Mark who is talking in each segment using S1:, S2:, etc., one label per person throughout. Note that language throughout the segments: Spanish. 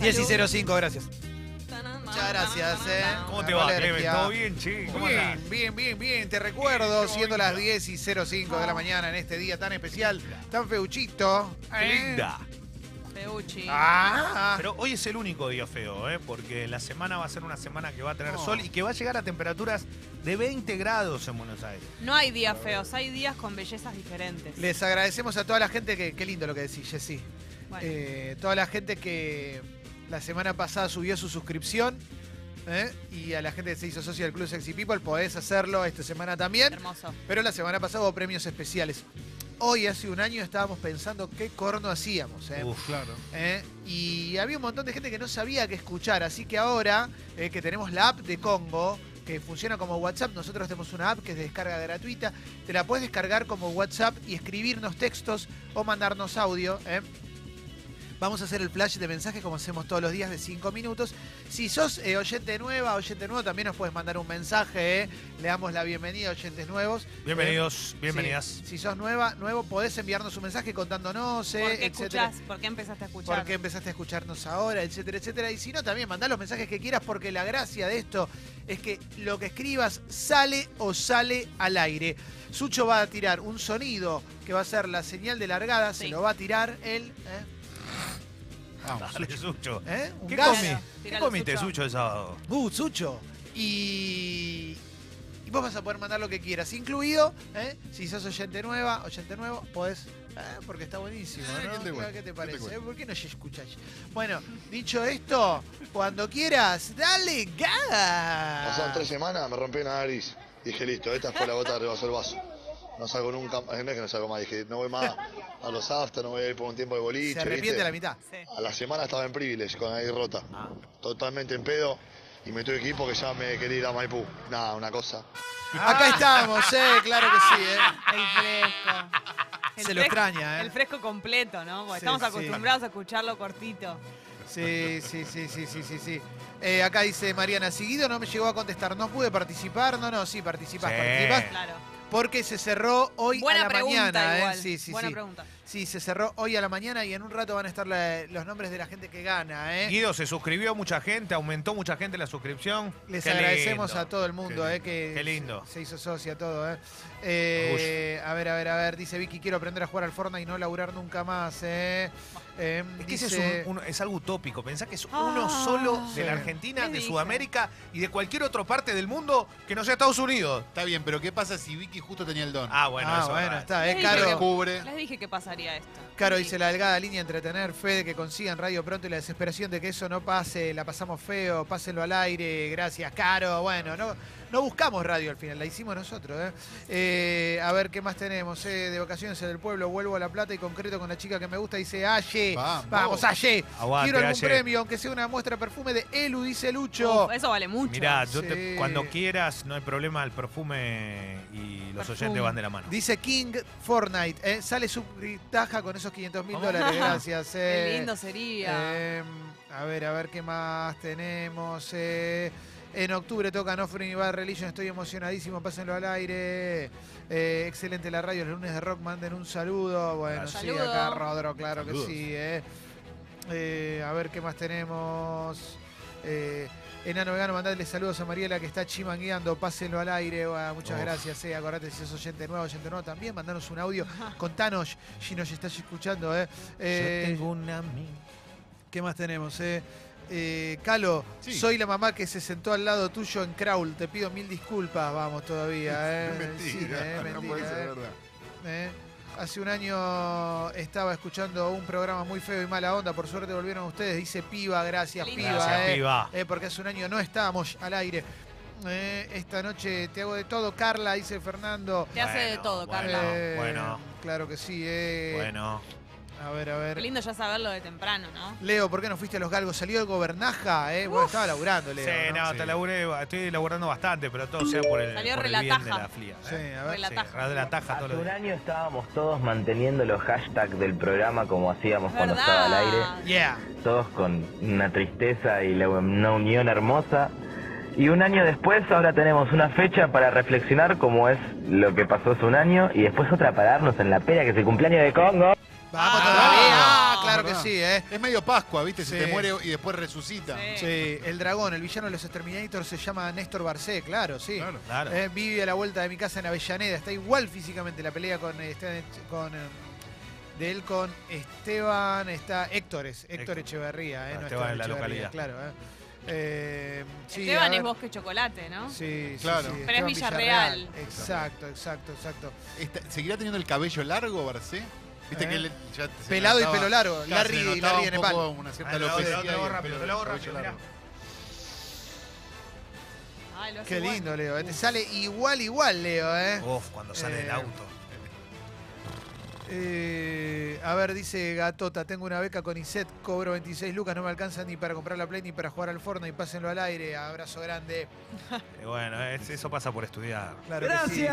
S1: 10 y 05, gracias.
S2: Muchas gracias, eh.
S3: ¿Cómo te va,
S2: Alergia.
S3: Clemen? ¿Todo bien, che? ¿Cómo andás?
S2: Bien, bien, bien, bien. Te recuerdo, siendo las 10 y 05 de la mañana en este día tan especial, ¿eh? tan feuchito.
S3: Qué
S2: ¿eh?
S3: Linda.
S4: Peuchi.
S2: Ah,
S3: Pero hoy es el único día feo, ¿eh? porque la semana va a ser una semana que va a tener
S2: No.
S3: sol y que va a llegar a temperaturas de 20 grados en Buenos Aires.
S4: No hay días feos, hay días con bellezas diferentes.
S2: les agradecemos a toda la gente que. Qué lindo lo que decís, Jessy.
S4: Bueno,
S2: Eh, toda la gente que la semana pasada subió su suscripción. ¿eh? Y a la gente que se hizo socio del Club Sexy People, podés hacerlo esta semana también.
S4: hermoso.
S2: Pero la semana pasada hubo premios especiales. Hoy, hace un año, estábamos pensando qué corno hacíamos. ¿eh?
S3: Uf, claro.
S2: ¿eh? Y había un montón de gente que no sabía qué escuchar, así que ahora eh, que tenemos la app de Congo, que funciona como WhatsApp, nosotros tenemos una app que es de descarga gratuita, te la puedes descargar como WhatsApp y escribirnos textos o mandarnos audio. ¿eh? Vamos a hacer el flash de mensajes como hacemos todos los días de 5 minutos. Si sos eh, oyente nueva, oyente nuevo, también nos puedes mandar un mensaje. ¿eh? Le damos la bienvenida a oyentes nuevos.
S3: Bienvenidos, bienvenidas.
S2: Sí, Si, sos nueva, nuevo, podés enviarnos un mensaje contándonos, eh,
S4: ¿Por qué
S2: etcétera.
S4: escuchás? ¿Por qué empezaste a escuchar?
S2: ¿Por qué empezaste a escucharnos ahora? Etcétera, etcétera. Y si no, también mandá los mensajes que quieras porque la gracia de esto es que lo que escribas sale o sale al aire. Sucho va a tirar un sonido que va a ser la señal de largada, se
S4: Sí.
S2: lo va a tirar él. ¿eh? Vamos,
S3: Dale, Sucho.
S2: ¿eh? Un
S3: ¿Qué,
S2: gas.
S3: comí?
S4: Claro,
S3: ¿Qué
S4: tiralo,
S3: comiste,
S4: Sucho.
S3: Sucho, el sábado?
S2: Uh, Sucho. Y... y vos vas a poder mandar lo que quieras, incluido, ¿eh? si sos oyente nueva, oyente nuevo, podés... ah, porque está buenísimo,
S1: Eh,
S2: ¿no?
S1: ¿qué te cuento?
S2: ¿Qué te
S1: ¿Qué te
S2: parece?
S1: cuento?
S2: ¿Eh? ¿Por qué no escuchás? Bueno, dicho esto, cuando quieras, dale
S1: Pasaron tres
S2: gas.
S1: semanas, me rompí una nariz. Dije, listo, esta fue la gota de rebasó el vaso. No salgo nunca, eh, no es que no salgo más, dije, no voy más a los after, no voy a ir por un tiempo de boliche.
S2: Se arrepiente
S1: ¿viste?
S2: a la Ah. mitad.
S4: Sí.
S1: A la semana estaba en Privilege con la nariz rota. Totalmente en pedo. Y me tuve que ir porque ya me quería ir a Maipú. Nada, una cosa.
S2: Acá estamos, eh, claro que sí, eh.
S4: El fresco.
S2: Se lo extraña, ¿eh?
S4: El fresco completo, ¿no? Porque
S2: Sí,
S4: estamos
S2: sí.
S4: acostumbrados a escucharlo cortito.
S2: Sí, sí, sí, sí, sí, sí, sí. Eh, acá dice Mariana, seguido no me llegó a contestar, no pude participar, no, no, sí, participás,
S3: Sí.
S2: participás.
S4: Claro.
S2: Porque se cerró hoy
S4: Buena
S2: a la
S4: pregunta
S2: mañana, ¿eh?
S4: igual.
S2: Sí, sí,
S4: Buena
S2: sí.
S4: pregunta.
S2: Sí, se cerró hoy a la mañana y en un rato van a estar la- los nombres de la gente que gana, ¿eh?
S3: Guido, se suscribió mucha gente, aumentó mucha gente la suscripción.
S2: Les
S3: Qué
S2: agradecemos
S3: lindo.
S2: a todo el mundo,
S3: Qué
S2: eh, que
S3: Qué lindo.
S2: se hizo socia todo, eh. Eh, a ver, a ver, a ver, dice Vicky, quiero aprender a jugar al Fortnite y no laburar nunca más, eh. Eh,
S3: Es que ese
S2: dice-
S3: es, un- un- es algo utópico. Pensá que es
S4: Ah.
S3: uno solo
S2: Sí.
S3: de la Argentina,
S4: ¿Qué
S3: de
S4: dicen?
S3: Sudamérica y de cualquier otra parte del mundo que no sea Estados Unidos.
S5: Está bien, pero ¿qué pasa si Vicky justo tenía el don?
S3: Ah, bueno,
S2: ah,
S3: eso.
S2: bueno,
S3: vale.
S2: está, eh,
S4: Sí,
S5: Lo
S2: Caro.
S5: descubre.
S4: Les dije que pasaría esto.
S2: Caro
S4: Sí.
S2: dice la delgada línea entre tener fe de que consigan radio pronto y la desesperación de que eso no pase, la pasamos feo, pásenlo al aire, gracias, Caro. Bueno, no, no buscamos radio al final, la hicimos nosotros. ¿eh? Eh, a ver qué más tenemos. eh, de vacaciones en el pueblo, vuelvo a La Plata y concreto con la chica que me gusta, dice Aye.
S5: Vamos.
S2: Vamos, Aye.
S3: Aguante,
S2: Quiero algún
S3: Aye.
S2: premio, aunque sea una muestra de perfume de Elu, dice Lucho.
S4: Uf, eso vale mucho.
S3: Mirá, yo te-
S2: Sí.
S3: cuando quieras, no hay problema, el perfume y los
S4: Perfume.
S3: oyentes van de la mano.
S2: Dice King Fortnite, eh, sale su taja con esos 500 mil dólares, gracias. eh.
S4: Qué lindo sería.
S2: Eh, a ver, a ver qué más tenemos. eh. en octubre tocan Offering y Bad Religion. Estoy emocionadísimo. Pásenlo al aire. Eh, excelente la radio. Los lunes de rock manden un saludo. Bueno,
S3: Gracias.
S2: sí,
S4: Saludo.
S2: acá Rodro, claro
S5: Saludos.
S2: que sí. eh. Eh, a ver qué más tenemos. Eh, Enano Vegano, mandadle saludos a Mariela que está chimangueando, pásenlo al aire, Buah, muchas
S3: Uf.
S2: gracias, eh. acordate si sos oyente nuevo, oyente nuevo también, mandanos un audio, contanos si nos estás escuchando. Eh. Eh, ¿Qué más tenemos? Eh? Eh, Calo,
S5: Sí.
S2: soy la mamá que se sentó al lado tuyo en Crawl. Te pido mil disculpas, vamos todavía. Eh, en el cine, eh,
S5: no
S2: mentira,
S5: puede ser
S2: eh.
S5: verdad.
S2: Eh, Hace un año estaba escuchando un programa muy feo y mala onda. Por suerte volvieron ustedes. Dice piba, gracias,
S4: Lindo.
S2: piba.
S3: Gracias,
S2: eh.
S3: piba.
S2: Eh, porque hace un año no estábamos al aire. Eh, esta noche te hago de todo, Carla, dice Fernando.
S4: Te hace de todo,
S3: bueno,
S4: Carla.
S2: Eh,
S3: Bueno,
S2: Claro que sí. Eh.
S3: bueno.
S2: A ver, a ver.
S4: Qué lindo ya saberlo de temprano, ¿no?
S2: Leo, ¿por qué no fuiste a los galgos? Salió de gobernaja, ¿eh? Bueno, estaba laburando, Leo.
S3: sí,
S2: ¿no?
S3: no, te laburé- estoy laburando bastante, pero todo sea por el,
S4: Salió
S3: por el
S4: relataja.
S3: bien de la flia.
S2: Sí,
S3: eh.
S2: a ver.
S3: Sí,
S4: Relataja.
S3: radio de la taja todos
S6: Hace
S3: los
S6: un
S3: días.
S6: año estábamos todos manteniendo los hashtags del programa como hacíamos cuando
S4: ¿Verdad?
S6: estaba al aire,
S2: Yeah.
S6: todos con una tristeza y la- una unión hermosa. Y un año después, ahora tenemos una fecha para reflexionar cómo es lo que pasó hace un año y después otra para darnos en la pera que es el cumpleaños de Congo.
S2: Vamos
S5: Ah,
S2: todavía. Ah,
S5: ah,
S2: claro que
S5: verdad.
S2: sí, ¿eh?
S5: Es medio Pascua, ¿viste? Se
S2: Sí.
S5: te muere y después resucita.
S4: Sí.
S2: Sí, el dragón, el villano de los Exterminators se llama Néstor Barcé, claro, sí.
S5: Claro.
S3: Claro.
S2: Eh, vive a la vuelta de mi casa en Avellaneda. Está igual físicamente la pelea con, eh, Esteban Ech- con eh, de él con Esteban, está Héctor, es Héctor
S3: Héctor. Ah,
S2: Echeverría, eh, no
S3: Esteban de la
S2: Echeverría,
S3: localidad.
S2: Claro, eh. Eh, sí,
S4: Esteban
S2: a
S4: es
S2: ver.
S4: bosque chocolate, ¿no?
S2: Sí, sí,
S5: Claro.
S2: sí,
S5: Pero
S2: Esteban
S4: es Villarreal.
S2: Exacto, exacto, exacto.
S5: Esta- Este, ¿Seguirá teniendo el cabello largo, Barcé? ¿Viste
S2: Eh.
S5: que él ya se
S2: Pelado y
S5: notaba-
S2: pelo largo,
S5: Claro, se
S2: Larry-
S5: le notaba
S2: Larry de
S5: un
S2: Nepal.
S5: poco Una cierta
S3: Ah, lo hago-
S5: alopecia
S3: lo hago- lo hago
S5: y el
S3: rápido,
S5: pelo-
S3: te lo hago
S5: cabello
S3: rápido,
S5: largo.
S4: Ay, lo hace
S2: Qué
S4: bueno.
S2: lindo, Leo. eh. Te sale igual, igual, Leo, ¿eh?
S3: Uf, cuando sale
S2: Eh,
S3: del auto.
S2: Eh, a ver, dice Gatota, tengo una beca con ISET, cobro 26 lucas, no me alcanza ni para comprar la Play ni para jugar al Fortnite, pásenlo al aire, abrazo grande.
S3: Eh, Bueno, es- eso pasa por estudiar.
S2: Claro que sí.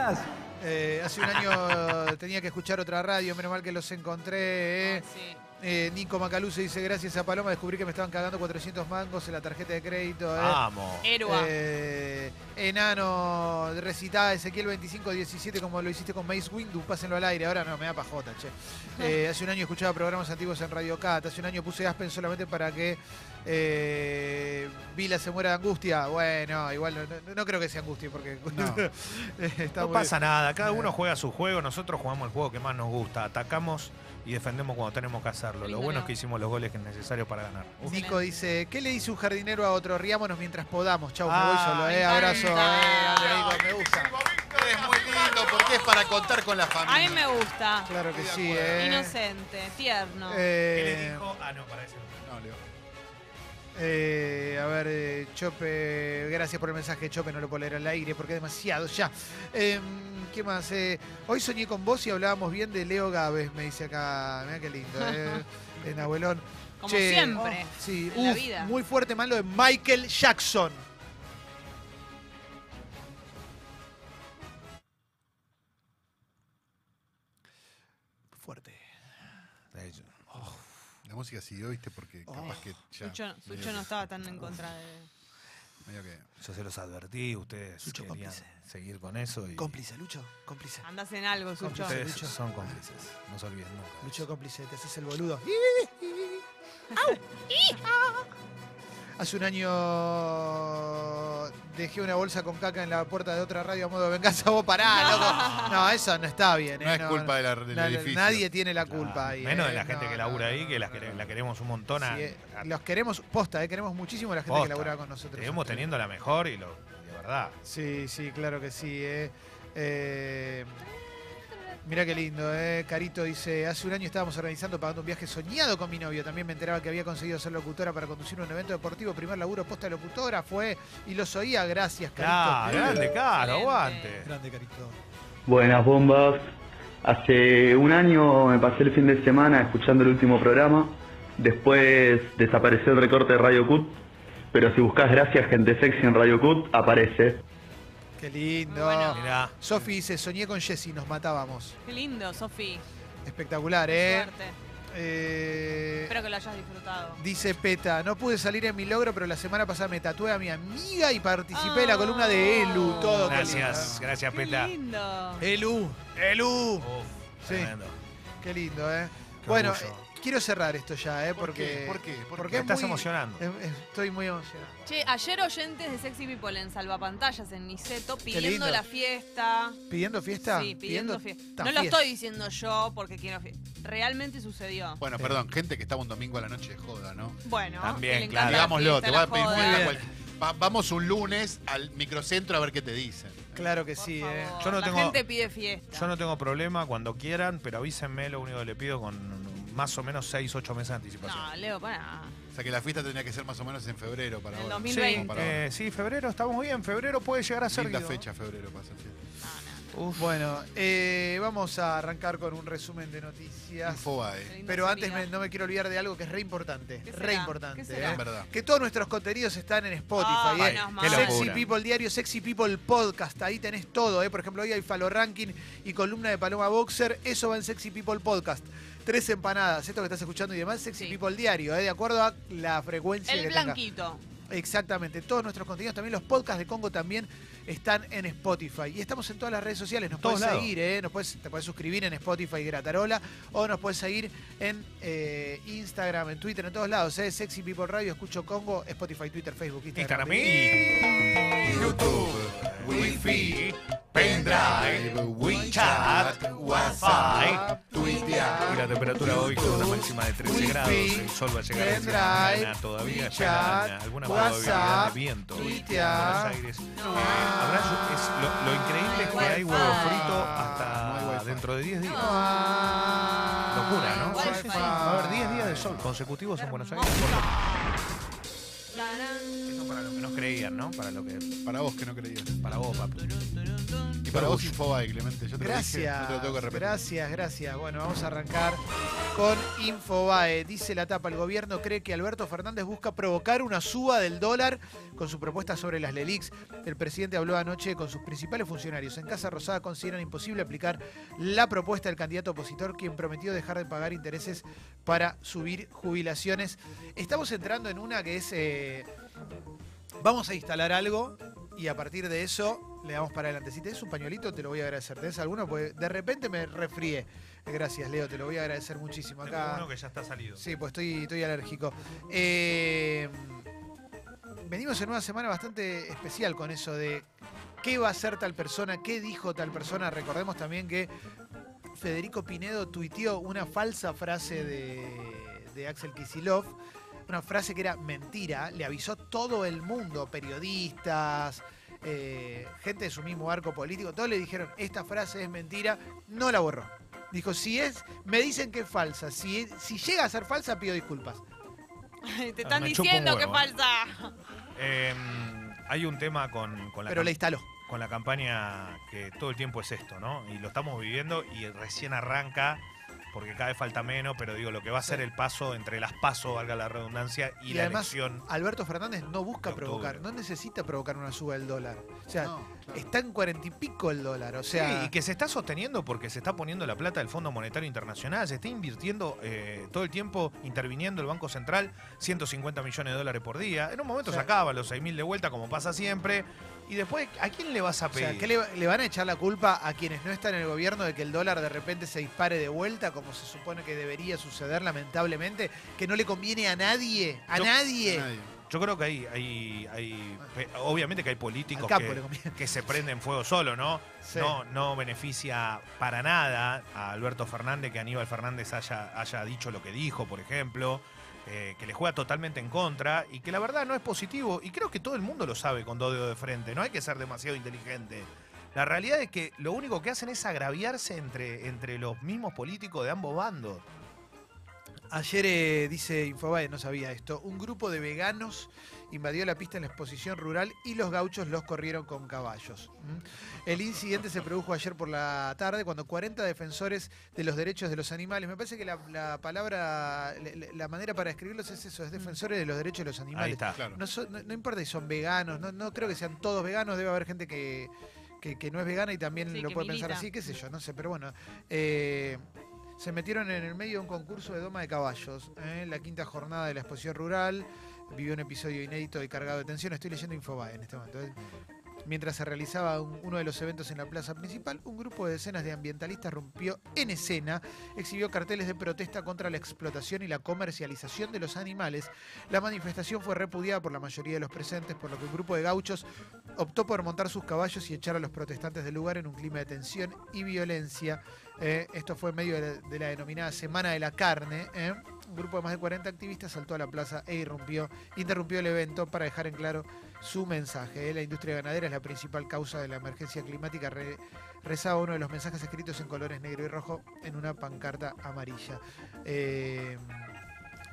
S2: Eh, hace un año tenía que escuchar otra radio, menos mal que los encontré.
S4: Ah,
S2: eh.
S4: sí.
S2: Eh, Nico Macaluce dice, gracias a Paloma descubrí que me estaban cagando 400 mangos en la tarjeta de crédito. eh.
S3: Vamos.
S4: Héroa.
S2: Eh, enano, recitá Ezequiel 25-17 como lo hiciste con Mace Windu, pásenlo al aire, ahora no, me da pajota, che. Eh, hace un año escuchaba programas antiguos en Radio Cat, hace un año puse Aspen solamente para que eh, Vila se muera de angustia. Bueno, igual no, no- no creo que sea angustia porque
S5: No.
S2: Eh, está
S3: No
S2: muy-
S3: pasa nada, cada
S2: Eh.
S3: uno juega su juego, nosotros jugamos el juego que más nos gusta, atacamos y defendemos cuando tenemos que hacerlo. Lo
S4: Lindo,
S3: bueno
S4: Leo.
S3: es que hicimos los goles que es necesario para ganar. Uf.
S2: Nico dice, ¿qué le dice un jardinero a otro? Riámonos mientras podamos. Chau, me voy
S3: Ah,
S2: solo, eh.
S4: me
S2: Abrazo, eh,
S4: encanta.
S2: grande, Nico, me gusta.
S5: Es muy lindo porque es para contar con la
S4: A
S5: familia.
S4: mí me gusta.
S2: Claro que
S5: Estoy
S2: sí,
S5: de acuerdo.
S2: eh.
S4: Inocente, tierno.
S3: ¿Qué
S2: Eh,
S3: le dijo? Ah, no, para eso.
S5: No, Leo.
S2: Eh, a ver, eh, Chope, gracias por el mensaje, Chope, no lo puedo leer al aire porque es demasiado ya. Em, ¿Qué más? Eh, hoy soñé con vos y hablábamos bien de Leo Gávez, me dice acá. Mira qué lindo, eh, en abuelón.
S4: Como
S2: Che,
S4: siempre.
S2: oh, sí,
S4: en la
S2: uf,
S4: vida.
S2: muy fuerte malo de Michael Jackson. Fuerte.
S5: La música siguió, ¿viste? Porque
S2: Oh,
S5: capaz que ya.
S4: Sucho,
S5: medio
S4: Sucho
S5: que-
S4: no estaba tan en contra de.
S5: medio que-
S3: Yo se los advertí, ustedes
S2: Sucho
S3: querían
S2: cómplice.
S3: seguir con eso y
S2: Cómplice, Lucho, cómplice.
S4: Andás en algo, Sucho.
S2: Cómplice.
S3: ustedes
S2: Lucho.
S3: son cómplices, no se olviden nunca.
S2: Lucho cómplice, te haces el boludo. Hace un año dejé una bolsa con caca en la puerta de otra radio a modo de venganza. Vos pará, loco. No, eso no está bien.
S5: No
S2: eh,
S5: es culpa de la- del
S2: na-
S5: edificio.
S2: Nadie tiene la
S3: Claro,
S2: culpa ahí.
S3: Menos de
S2: eh,
S3: la gente
S2: no,
S3: que
S2: no,
S3: labura
S2: no,
S3: ahí, que
S2: no,
S3: la,
S2: no,
S3: quere-
S2: no.
S3: la queremos un montón. a-
S2: Sí, eh,
S3: a-
S2: los queremos, posta, eh, queremos muchísimo a la gente que
S3: posta.
S2: labura con nosotros. Este,
S3: Seguimos teniendo la mejor y lo de verdad.
S2: Sí, sí, claro que sí. Eh. Eh, mirá qué lindo, eh. Carito dice, hace un año estábamos organizando, pagando un viaje soñado con mi novio. También me enteraba que había conseguido ser locutora para conducir un evento deportivo. Primer laburo posta de locutora fue y los oía. Gracias,
S3: Claro,
S2: Carito.
S3: grande, caro,
S4: Excelente.
S3: aguante.
S2: Grande, Carito.
S7: Buenas bombas. Hace un año me pasé el fin de semana escuchando el último programa. Después desapareció el recorte de Radio Cut. Pero si buscas gracias gente sexy en Radio Cut, aparece.
S2: Qué lindo.
S4: Muy bueno.
S3: Mirá,
S2: Sofi dice, soñé con Jessy, nos matábamos.
S4: Qué lindo, Sofi.
S2: Espectacular, ¿eh?
S4: Suerte.
S2: eh
S4: Espero que lo hayas disfrutado.
S2: Dice Peta, no pude salir en mi logro, pero la semana pasada me tatué a mi amiga y participé en la columna de Elu. Todo qué
S3: Ah. gracias, gracias
S4: Qué
S3: Peta.
S4: lindo.
S2: lindo. Elu, Elu.
S3: Uf,
S2: Sí.
S3: tremendo.
S2: Qué lindo, ¿eh?
S3: Qué
S2: bueno,
S3: orgullo.
S2: eh, quiero cerrar esto ya, ¿eh?
S5: ¿Por
S2: Porque.
S5: qué? ¿Por qué? ¿Por
S2: porque
S5: qué?
S2: es
S3: Me estás
S2: muy-
S3: emocionando.
S2: em- em- Estoy muy emocionado.
S4: Che, ayer oyentes de Sexy People en Salvapantallas, en Niceto, pidiendo
S2: lindo.
S4: la fiesta.
S2: ¿Pidiendo fiesta?
S4: Sí, pidiendo,
S2: ta
S4: fiesta. No lo
S2: fiesta.
S4: estoy diciendo yo porque quiero fiesta. Realmente sucedió.
S5: Bueno, perdón, gente que estaba un domingo a la noche de joda, ¿no?
S4: Bueno,
S3: También,
S4: que le encanta la
S5: Digámoslo,
S4: fiesta,
S5: te
S4: la
S5: voy a pedir
S4: joda.
S5: fiesta cual- va- Vamos un lunes al microcentro a ver qué te dicen.
S2: Claro que
S4: Por
S2: sí,
S4: favor.
S2: ¿eh?
S3: Yo no
S4: la
S3: tengo-
S4: gente pide fiesta.
S3: Yo no tengo problema cuando quieran, pero avísenme, lo único que le pido con más o menos 6, 8 meses de anticipación.
S4: No, Leo, para.
S5: O sea que la fiesta tendría que ser más o menos en febrero para
S4: En
S5: ahora.
S4: 2020.
S5: Como para ahora.
S3: Eh, sí, febrero, estamos bien, febrero puede llegar a ser.
S5: Linda
S3: Guido.
S5: fecha, febrero pasa.
S2: Bueno, eh, vamos a arrancar con un resumen de noticias.
S5: Infobae.
S2: Pero antes me- no me quiero olvidar de algo que es re importante.
S4: ¿Qué será?
S2: Re importante.
S4: ¿Qué
S2: ¿eh?
S4: será?
S5: En verdad.
S2: Que todos nuestros contenidos están en Spotify.
S4: Ah,
S2: ¿eh?
S4: menos
S3: Ay,
S4: mal.
S3: qué
S2: Sexy
S3: locura.
S2: People Diario, Sexy People Podcast. Ahí tenés todo, ¿eh? Por ejemplo, hoy hay Falo Ranking y columna de Paloma Boxer. Eso va en Sexy People Podcast. Tres empanadas, esto que estás escuchando y demás, Sexy
S4: Sí.
S2: People Diario, ¿eh? De acuerdo a la frecuencia
S4: El
S2: que tenga.
S4: blanquito.
S2: Exactamente, todos nuestros contenidos, también los podcasts de Congo también están en Spotify. Y estamos en todas las redes sociales, nos
S3: Todos
S2: puedes
S3: lados.
S2: seguir, ¿eh? nos podés- te puedes suscribir en Spotify Gratarola o nos puedes seguir en eh, Instagram, en Twitter, en todos lados. ¿eh? Sexy People Radio, Escucho Congo, Spotify, Twitter, Facebook, Instagram.
S3: Instagram y
S5: YouTube, Wi-Fi, Pendrive, WeChat, WhatsApp,
S3: y
S5: Twitter.
S3: la temperatura hoy con una máxima de 13
S2: Wifi,
S3: grados. El sol va a llegar a
S2: pendrive,
S3: mañana todavía.
S2: WeChat,
S3: ya alguna probabilidad
S2: WhatsApp,
S3: de viento.
S2: Twitter.
S3: En Buenos Aires. Habrá llu- es- lo, lo increíble es que hay huevo
S4: Wifi.
S3: frito
S5: No hay
S3: hasta
S5: wifi.
S3: dentro de 10 días.
S4: Oh.
S2: Locura,
S3: Locura, ¿no?
S4: Wifi.
S3: Sí, sí, sí. Va a haber 10 días de sol consecutivos en Buenos Aires. Por lo- Eso para lo que nos creían, ¿no? Para lo que.
S5: Para vos que no creías.
S3: Para vos, papi.
S5: Y para vos Infobae, Clemente. Yo te lo dije, no
S2: Gracias,
S5: te lo tengo que repetir.
S2: gracias, gracias. Bueno, vamos a arrancar con Infobae. Dice la tapa, el gobierno cree que Alberto Fernández busca provocar una suba del dólar con su propuesta sobre las LELIX. El presidente habló anoche con sus principales funcionarios. En Casa Rosada consideran imposible aplicar la propuesta del candidato opositor, quien prometió dejar de pagar intereses para subir jubilaciones. Estamos entrando en una que es... eh, vamos a instalar algo y a partir de eso le damos para adelante. Si tenés un pañuelito, te lo voy a agradecer. ¿Tenés alguno? Porque de repente me resfríe. Gracias, Leo, te lo voy a agradecer muchísimo.
S3: Tengo
S2: Acá.
S3: uno que ya está salido.
S2: Sí, pues estoy, estoy alérgico. Eh, venimos en una semana bastante especial con eso de qué va a hacer tal persona, qué dijo tal persona. Recordemos también que Federico Pinedo tuiteó una falsa frase de, de Axel Kisilov. Una frase que era mentira, le avisó todo el mundo, periodistas, eh, gente de su mismo arco político, todos le dijeron, esta frase es mentira, no la borró. Dijo, si es, me dicen que es falsa. Si, si llega a ser falsa, pido disculpas.
S4: Te
S3: Ah,
S4: están
S3: me chupa un
S4: diciendo que
S3: huevo, eh.
S4: falsa.
S3: Eh, hay un tema con, con la
S2: Pero la
S3: cam-
S2: instaló.
S3: con la campaña que todo el tiempo es esto, ¿no? Y lo estamos viviendo y recién arranca porque cada vez falta menos, pero digo, lo que va a ser el paso entre las pasos, valga la redundancia, y,
S2: Y
S3: la
S2: además-
S3: elección.
S2: Alberto Fernández no busca
S3: De octubre.
S2: provocar, no necesita provocar una suba del dólar. O sea,
S5: No, claro.
S2: está en cuarenta y pico el dólar. O
S3: Sí,
S2: sea,
S3: y que se está sosteniendo porque se está poniendo la plata del Fondo Monetario Internacional, se está invirtiendo eh, todo el tiempo, interviniendo el Banco Central, 150 millones de dólares por día. En un momento
S2: O sea-
S3: sacaban los 6.000 de vuelta, como pasa siempre. Y después, ¿a quién le vas a
S2: o
S3: pedir?
S2: sea, ¿qué le, le van a echar la culpa a quienes no están en el gobierno de que el dólar de repente se dispare de vuelta, como se supone que debería suceder, lamentablemente? Que no le conviene a nadie, a
S3: Yo-
S2: nadie.
S5: Nadie.
S3: Yo creo que hay, hay, hay pe- obviamente que hay políticos
S2: Ah. Al campo
S3: que,
S2: le conviene.
S3: que se prenden fuego solo, ¿no?
S2: Sí.
S3: No, no beneficia para nada a Alberto Fernández que Aníbal Fernández haya, haya dicho lo que dijo, por ejemplo, eh, que le juega totalmente en contra y que la verdad no es positivo. Y creo que todo el mundo lo sabe con dos dedos de frente, no hay que ser demasiado inteligente. La realidad es que lo único que hacen es agraviarse entre, entre los mismos políticos de ambos bandos.
S2: Ayer, eh, dice Infobae, no sabía esto, un grupo de veganos invadió la pista en la exposición rural y los gauchos los corrieron con caballos. ¿Mm? El incidente se produjo ayer por la tarde cuando 40 defensores de los derechos de los animales, me parece que la, la palabra, la- la, la manera para escribirlos es eso, es defensores de los derechos de los
S3: Ahí
S2: animales.
S3: está.
S5: Claro.
S2: No, son- no- no importa si son veganos, no, no creo que sean todos veganos, debe haber gente que, que- que no es vegana y también
S4: Sí,
S2: lo
S4: que
S2: puede pensar
S4: milita.
S2: así, qué sé yo, no sé, pero bueno. eh, se metieron en el medio de un concurso de doma de caballos, ¿eh? la quinta jornada de la exposición rural, vivió un episodio inédito y cargado de tensión, estoy leyendo Infobae en este momento. ¿eh? Mientras se realizaba un- uno de los eventos en la plaza principal, un grupo de decenas de ambientalistas rompió en escena, exhibió carteles de protesta contra la explotación y la comercialización de los animales. La manifestación fue repudiada por la mayoría de los presentes, por lo que un grupo de gauchos optó por montar sus caballos y echar a los protestantes del lugar en un clima de tensión y violencia. Eh, esto fue en medio de la, de la denominada Semana de la Carne. ¿eh? Un grupo de más de 40 activistas saltó a la plaza e irrumpió, interrumpió el evento para dejar en claro su mensaje. ¿eh? La industria ganadera es la principal causa de la emergencia climática, re- rezaba uno de los mensajes escritos en colores negro y rojo en una pancarta amarilla. Eh,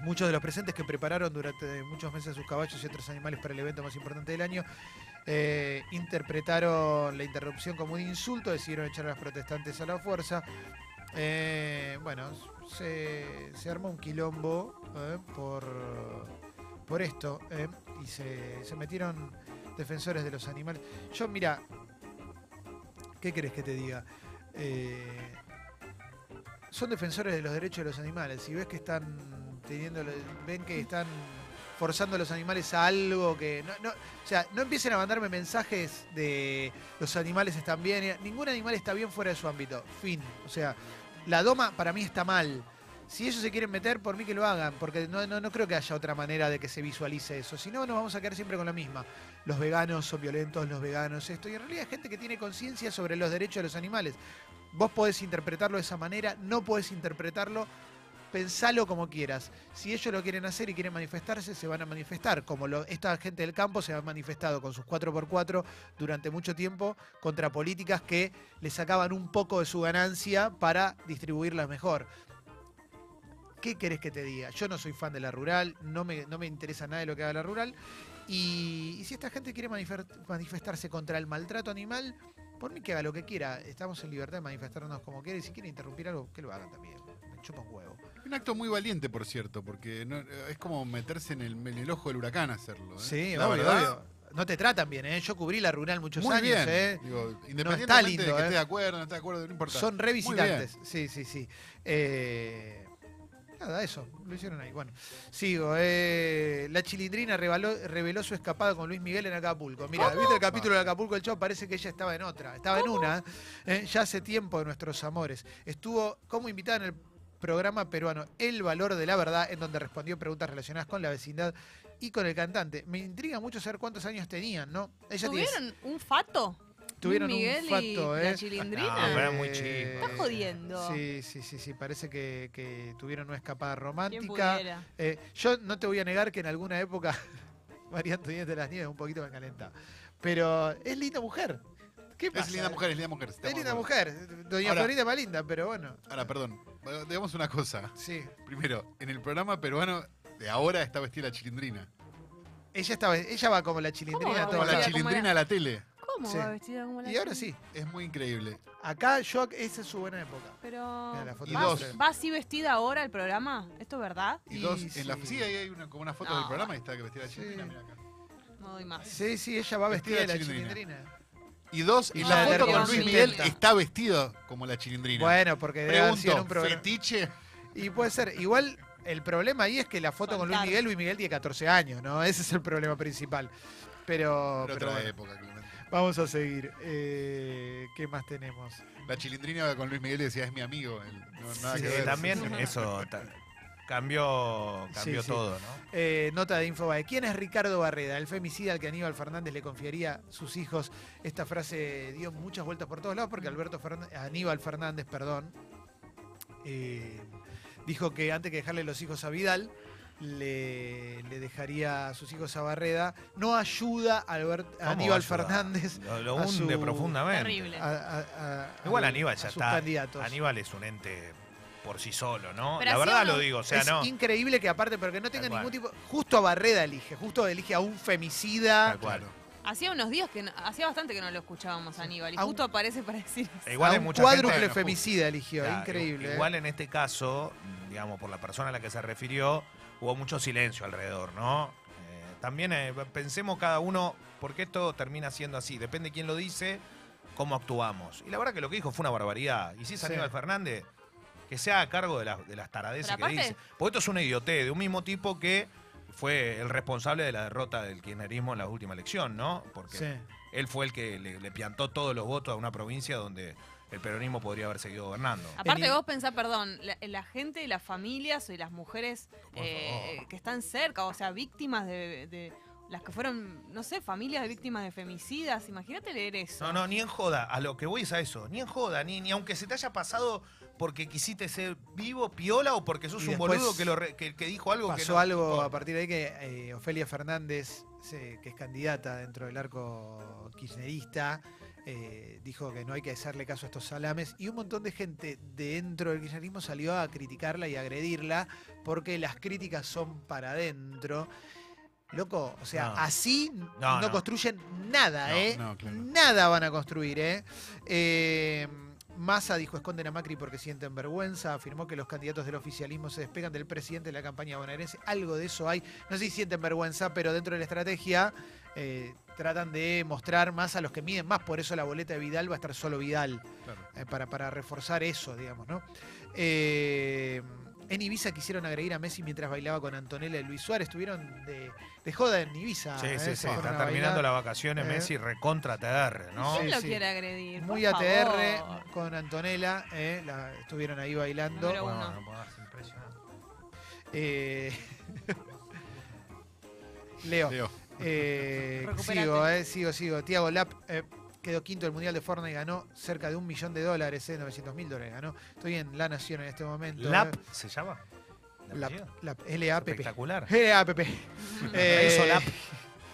S2: muchos de los presentes que prepararon durante muchos meses sus caballos y otros animales para el evento más importante del año eh, interpretaron la interrupción como un insulto, decidieron echar a los protestantes a la fuerza. Eh, bueno, se, se armó un quilombo eh, por, por esto eh, y se, se metieron defensores de los animales. Yo, mira, ¿qué querés que te diga? Eh, son defensores de los derechos de los animales. Si ves que están teniendo, ven que están forzando a los animales a algo que. No, no- o sea, no empiecen a mandarme mensajes de los animales están bien. eh, Ningún animal está bien fuera de su ámbito. Fin. O sea, la doma para mí está mal. Si ellos se quieren meter, por mí que lo hagan, porque no, no, no creo que haya otra manera de que se visualice eso. Si no, nos vamos a quedar siempre con la misma. Los veganos son violentos, los veganos esto. Y en realidad es gente que tiene conciencia sobre los derechos de los animales. Vos podés interpretarlo de esa manera, no podés interpretarlo, pensalo como quieras. Si ellos lo quieren hacer y quieren manifestarse, se van a manifestar, como lo- esta gente del campo se ha manifestado con sus 4x4 durante mucho tiempo contra políticas que le sacaban un poco de su ganancia para distribuirlas mejor. ¿Qué querés que te diga? Yo no soy fan de la rural, no me, no me interesa nada de lo que haga la rural. Y, y si esta gente quiere manifer- manifestarse contra el maltrato animal, por mí que haga lo que quiera. Estamos en libertad de manifestarnos como quiera y si quiere interrumpir algo, que lo hagan también. Me chupa un huevo.
S5: Un acto muy valiente, por cierto, porque no- es como meterse en el, en el ojo del huracán hacerlo. ¿eh?
S2: Sí,
S5: La
S2: obvio,
S5: verdad,
S2: obvio. No te tratan bien, ¿eh? Yo cubrí la rural muchos
S5: Muy
S2: años,
S5: bien.
S2: ¿eh?
S5: Digo, independientemente de
S2: lindo,
S5: que
S2: ¿eh?
S5: esté de acuerdo, no esté de acuerdo, no importa.
S2: Son re
S5: Muy bien.
S2: visitantes. Sí, sí, sí. Eh, nada, eso. Lo hicieron ahí. Bueno, sigo. eh, la chilindrina revaló- reveló su escapada con Luis Miguel en Acapulco. Mira, ¿viste el capítulo de Acapulco del Chavo? Parece que ella estaba en otra. Estaba en una. eh, ya hace tiempo de nuestros amores. Estuvo como invitada en el programa peruano El Valor de la Verdad, en donde respondió preguntas relacionadas con la vecindad y con el cantante. Me intriga mucho saber cuántos años tenían, ¿no? Ella tiene-
S4: ¿Tuvieron un fato?
S2: tuvieron
S4: Miguel
S2: un fato,
S4: y
S2: ¿eh?
S4: la
S3: Ah,
S4: chilindrina.
S3: bueno. eran muy chicos.
S4: Estás jodiendo.
S2: Sí, sí, sí, sí. Parece que, que tuvieron una escapada
S4: ¿Quién
S2: romántica.
S4: pudiera?
S2: Eh, yo no te voy a negar que en alguna época María Antonieta de las Nieves un poquito me calenta. Pero es linda mujer. ¿Qué pasa?
S5: Es linda mujer, es linda mujer. estamos
S2: Es
S5: de
S2: linda
S5: acuerdo.
S2: mujer. Doña
S5: Ahora-
S2: Florinda más linda, pero bueno.
S5: Ahora, perdón. Bueno, Digamos una cosa.
S2: Sí.
S5: Primero, en el programa peruano de ahora está vestida la chilindrina.
S2: Ella estaba, ella va como la chilindrina a
S4: va
S2: todos
S5: Como
S4: Mira,
S5: la
S2: lados.
S4: como
S5: chilindrina a la tele.
S4: ¿Cómo
S2: Sí.
S4: va vestida como la
S2: Y ahora
S4: chilindrina?
S2: sí.
S5: Es muy increíble.
S2: Acá yo esa es su buena época.
S4: Pero.
S2: Mira, la foto
S5: Y
S4: ¿va,
S5: dos.
S4: va así vestida ahora el programa? ¿Esto es verdad?
S5: Y,
S2: Y
S5: dos, en la
S2: sí.
S5: sí, ahí hay una, como una foto
S4: No.
S5: del programa y está que vestida la chilindrina.
S2: Sí.
S5: mira acá.
S4: No doy más.
S2: Sí, sí, ella va vestida de la
S5: chilindrina.
S2: chilindrina.
S5: Y dos, en
S2: No,
S5: la
S2: de
S5: foto con
S2: Hermoso
S5: Luis
S2: y
S5: Miguel
S2: Delta.
S5: está vestido como la chilindrina.
S2: Bueno, porque debe haber sido en
S5: Pregunto,
S2: un programa.
S5: ¿fetiche?
S2: Y puede ser. Igual el problema ahí es que la foto con Luis
S4: Faltar.
S2: Miguel, Luis Miguel tiene 14 años, ¿no? Ese es el problema principal. Pero, pero
S5: Pero otra
S2: bueno,
S5: época, Clemente.
S2: vamos a seguir. Eh, ¿Qué más tenemos?
S5: La chilindrina con Luis Miguel y decía, es mi amigo. él. No, nada
S2: Sí,
S5: que
S3: Eh,
S5: ver.
S3: también
S2: sí, sí.
S3: eso ta- cambió, cambió
S2: sí.
S3: todo, ¿no?
S2: Eh, nota de Infobae. ¿Quién es Ricardo Barreda? El femicida al que Aníbal Fernández le confiaría sus hijos. Esta frase dio muchas vueltas por todos lados porque Alberto Fernan- Aníbal Fernández, perdón, eh, dijo que antes que dejarle los hijos a Vidal, le, le dejaría a sus hijos a Barreda. No ayuda a, Albert- a
S3: ¿Cómo
S2: Aníbal
S3: va a ayudar?
S2: Fernández.
S3: Lo, lo
S2: a
S3: hunde
S2: su-
S3: profundamente.
S4: Terrible.
S2: a- a- a-
S3: Igual
S2: a-
S3: Aníbal
S2: a
S3: ya
S2: sus
S3: está.
S2: candidatos.
S3: Aníbal es un ente por sí solo, ¿no?
S4: Pero
S3: la
S4: así
S3: verdad
S4: uno-
S3: lo digo, o sea,
S2: es
S3: no.
S2: increíble que aparte, pero que no tenga
S3: Tal
S2: ningún tipo... Justo a Barreda elige, justo elige a un femicida.
S3: Tal cual.
S4: Hacía unos días que no- hacía bastante que no lo escuchábamos a Aníbal y
S2: Aún-
S4: justo aparece para decir eso.
S3: Igual
S2: a
S3: hay
S2: un
S3: mucha gente
S2: cuádruple
S3: que no juzga.
S2: femicida eligió,
S3: Claro,
S2: increíble. ¿eh?
S3: Igual en este caso, digamos, por la persona a la que se refirió, hubo mucho silencio alrededor, ¿no? Eh, también eh, pensemos cada uno, porque esto termina siendo así, depende quién lo dice, cómo actuamos. Y la verdad que lo que dijo fue una barbaridad. Y si es
S2: Sí.
S3: Aníbal Fernández, que sea a cargo de, las de las taradeces
S4: Pero
S3: que
S4: aparte-
S3: dice. Porque esto es una idiotez de un mismo tipo que fue el responsable de la derrota del kirchnerismo en la última elección, ¿no? Porque
S2: Sí.
S3: él fue el que le, le piantó todos los votos a una provincia donde el peronismo podría haber seguido gobernando.
S4: Aparte
S2: En-
S4: vos pensás, perdón, la, la gente y las familias y las mujeres eh, que están cerca, o sea, víctimas de, de- las que fueron, no sé, familias de víctimas de femicidas, imagínate leer eso.
S3: No, no, ni en joda. A lo que voy es a eso. Ni en joda, ni, ni aunque se te haya pasado porque quisiste ser vivo, piola, o porque sos
S2: Y
S3: un
S2: después
S3: boludo que, lo re- que, que dijo algo que
S2: Pasó
S3: no-
S2: algo
S3: no.
S2: a partir de ahí que eh, Ofelia Fernández, se- que es candidata dentro del arco kirchnerista, eh, dijo que no hay que hacerle caso a estos salames y un montón de gente dentro del kirchnerismo salió a criticarla y a agredirla porque las críticas son para adentro. Loco, o sea,
S3: No.
S2: así no,
S3: No, no.
S2: construyen nada,
S5: No,
S2: ¿eh?
S5: no, claro.
S2: Nada van a construir, ¿eh? Eh, Massa dijo esconden a Macri porque sienten vergüenza, afirmó que los candidatos del oficialismo se despegan del presidente de la campaña bonaerense, algo de eso hay, no sé si sienten vergüenza, pero dentro de la estrategia eh, tratan de mostrar más a los que miden más, por eso la boleta de Vidal va a estar solo Vidal,
S5: Claro.
S2: eh, para, para reforzar eso, digamos, ¿no? Eh, En Ibiza quisieron agredir a Messi mientras bailaba con Antonella y Luis Suárez. Estuvieron de, de joda en Ibiza.
S3: Sí,
S2: ¿eh?
S3: sí,
S2: Se
S3: sí.
S2: fueron
S3: Está
S2: a
S3: terminando
S2: bailar.
S3: las vacaciones
S2: Eh.
S3: Messi recontra TR, ¿no?
S2: Sí,
S4: ¿Quién lo
S2: sí.
S4: quiere agredir? Por
S2: Muy ATR
S4: favor.
S2: con Antonella. ¿eh? La- estuvieron ahí bailando.
S4: Número uno.
S3: no podés, impresionante.
S2: Eh, Leo.
S5: Leo.
S2: Eh,
S4: Recuperate.
S2: sigo, eh, sigo, sigo. Tiago Lap eh, quedó quinto del Mundial de Fortnite, ganó cerca de un millón de dólares, eh, 900 mil dólares ganó. Estoy en La Nación en este momento.
S3: ¿Lap
S2: eh.
S3: se llama? ¿El
S2: Lap,
S3: apellido?
S2: Lap, L-A-P-P.
S3: Espectacular.
S2: L-A-P-P. Eh,
S3: hizo Lap.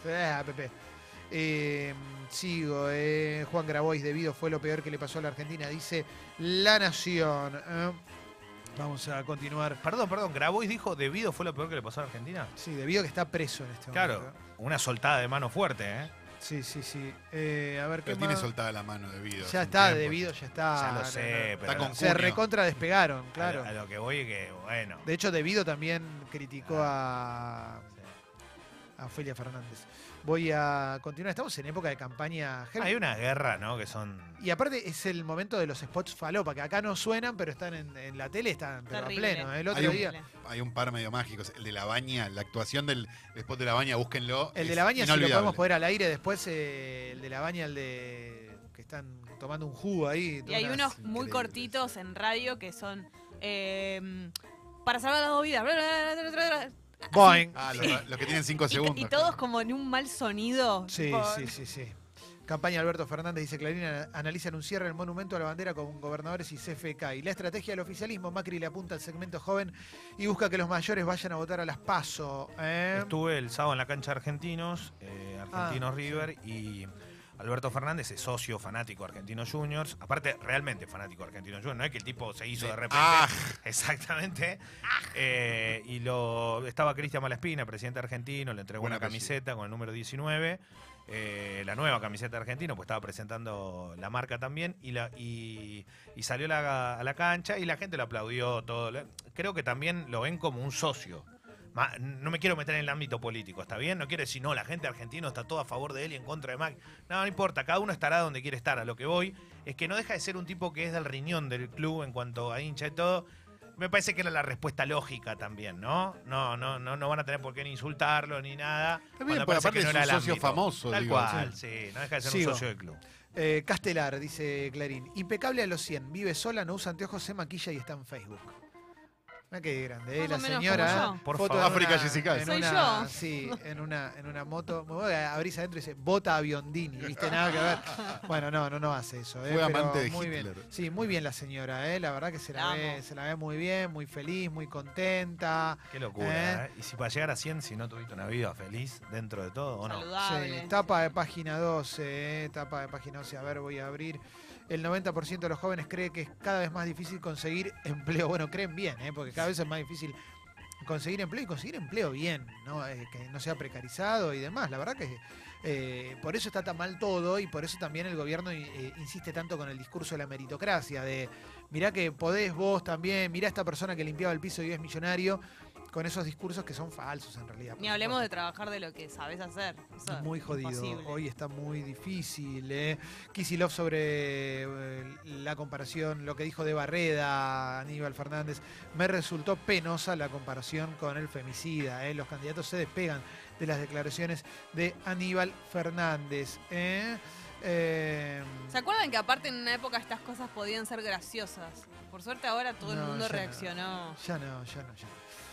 S2: L-A-P-P. Eh, sigo, eh, Juan Grabois, debido fue lo peor que le pasó a la Argentina, dice La Nación. eh. Vamos a continuar.
S3: Perdón, perdón. Grabois dijo, debido fue lo peor que le pasó a la Argentina.
S2: Sí, debido que está preso en este
S3: Claro,
S2: momento.
S3: una soltada de mano fuerte, ¿eh?
S2: Sí, sí, sí. Eh, a ver qué
S5: Pero tiene
S2: más?
S5: soltada la mano debido.
S2: Ya está, debido, ya está.
S3: Ya
S2: No,
S3: lo
S2: Ah, no.
S3: sé, pero
S5: Está con
S2: Se
S5: Cunio.
S2: recontra despegaron, claro.
S3: a, lo, a lo que voy es que, bueno.
S2: De hecho, Debido también criticó a, a Ofelia Fernández. Voy a continuar. Estamos en época de campaña. Help.
S3: Hay una guerra, ¿no? Que son...
S2: Y aparte es el momento de los spots falopa, que acá no suenan, pero están en, en la tele, están pero a
S4: Terrible.
S2: pleno. ¿eh? El
S5: Hay
S2: otro
S5: un-
S2: día.
S5: Hay un par medio mágicos. El de la baña, la actuación del spot de la baña, búsquenlo.
S2: El de
S5: es
S2: la baña, si lo
S5: inolvidable.
S2: podemos poner al aire después, eh, el de la baña, el de que están tomando un jugo ahí.
S4: Y hay unos
S2: unas-
S4: muy
S5: increíbles.
S4: cortitos en radio que son eh, para salvar las dos vidas. bla, bla, bla, bla, bla, bla.
S2: Boing.
S5: Ah, los, los que tienen cinco
S4: Y,
S5: segundos.
S4: y todos como en un mal sonido.
S2: Sí,
S4: tipo,
S2: sí, sí, sí. Campaña de Alberto Fernández dice Clarín ana- analizan un cierre del monumento a la bandera con gobernadores y CFK. Y la estrategia del oficialismo, Macri le apunta al segmento joven y busca que los mayores vayan a votar a las PASO. ¿eh?
S3: Estuve el sábado en la cancha de Argentinos, eh, Argentinos River, y Alberto Fernández es socio fanático de Argentinos Juniors. Aparte, realmente fanático de Argentinos Juniors. No es que el tipo se hizo de repente.
S5: Ah.
S3: Exactamente. Eh, y lo estaba Cristian Malaspina, presidente argentino, le entregó
S5: Buen
S3: una
S5: apellido.
S3: camiseta con el número 19. eh, la nueva camiseta de argentino, pues estaba presentando la marca también y, la, y, y salió la- a la cancha y la gente lo aplaudió todo. Le- Creo que también lo ven como un socio. Ma- no me quiero meter en el ámbito político, ¿está bien? No quiero decir, no, la gente argentina está todo a favor de él y en contra de Mac. No, no importa, cada uno estará donde quiere estar. A lo que voy es que no deja de ser un tipo que es del riñón del club en cuanto a hincha y todo. Me parece que era la respuesta lógica también, ¿no? No, no, no, no van a tener por qué ni insultarlo ni nada.
S5: bien,
S3: cuando
S5: pero
S3: parece
S5: aparte
S3: que no
S5: es
S3: era
S5: un
S3: el
S5: socio
S3: ámbito.
S5: famoso,
S3: Tal
S5: digo,
S3: cual, sí, no deja de ser
S2: Sigo.
S3: un socio del club.
S2: Eh, Castelar, dice Clarín. Impecable a los 100. Vive sola, no usa anteojos, se maquilla y está en Facebook. Mira qué grande, ¿eh?
S4: Más
S2: la
S4: o menos
S2: señora.
S4: como yo.
S3: Por
S2: foto
S3: favor.
S2: en
S5: África
S2: una-
S5: Jessica.
S2: en
S4: Soy
S2: una-
S4: yo.
S2: Sí, en una, en una moto. Me voy a abrirse adentro y dice, bota a Biondini, ¿viste? Nada que ver. Bueno, no, no, no hace eso. ¿eh?
S5: Fue
S2: pero
S5: amante de
S2: muy bien.
S5: Hitler.
S2: Sí, muy bien la señora, ¿eh? La verdad que se la,
S4: La
S2: ve,
S4: amo.
S2: se la ve muy bien, muy feliz, muy contenta.
S3: Qué locura,
S2: ¿Eh?
S3: ¿eh? Y si para llegar a 100, si no tuviste una vida feliz dentro de todo, ¿o no?
S4: Saludable.
S2: Sí, tapa de página 12, eh, tapa de página 12. A ver, voy a abrir. El 90% de los jóvenes cree que es cada vez más difícil conseguir empleo. Bueno, creen bien, eh, porque cada vez es más difícil conseguir empleo y conseguir empleo bien, ¿no? Eh, que no sea precarizado y demás. La verdad que eh, por eso está tan mal todo y por eso también el gobierno eh, insiste tanto con el discurso de la meritocracia, de mirá que podés vos también, mirá esta persona que limpiaba el piso y es millonario, con esos discursos que son falsos en realidad. por
S4: Ni hablemos
S2: supuesto.
S4: de trabajar de lo que sabes hacer. Eso
S2: Es muy jodido.
S4: imposible.
S2: Hoy está muy difícil. ¿eh? Kicillof sobre eh, la comparación, lo que dijo de Barreda, Aníbal Fernández. Me resultó penosa la comparación con el femicida. ¿eh? Los candidatos se despegan de las declaraciones de Aníbal Fernández. ¿eh? Eh,
S4: ¿Se acuerdan que aparte en una época estas cosas podían ser graciosas? Por suerte ahora todo
S2: No,
S4: el mundo
S2: ya no.
S4: reaccionó.
S2: ya no, ya no, ya no.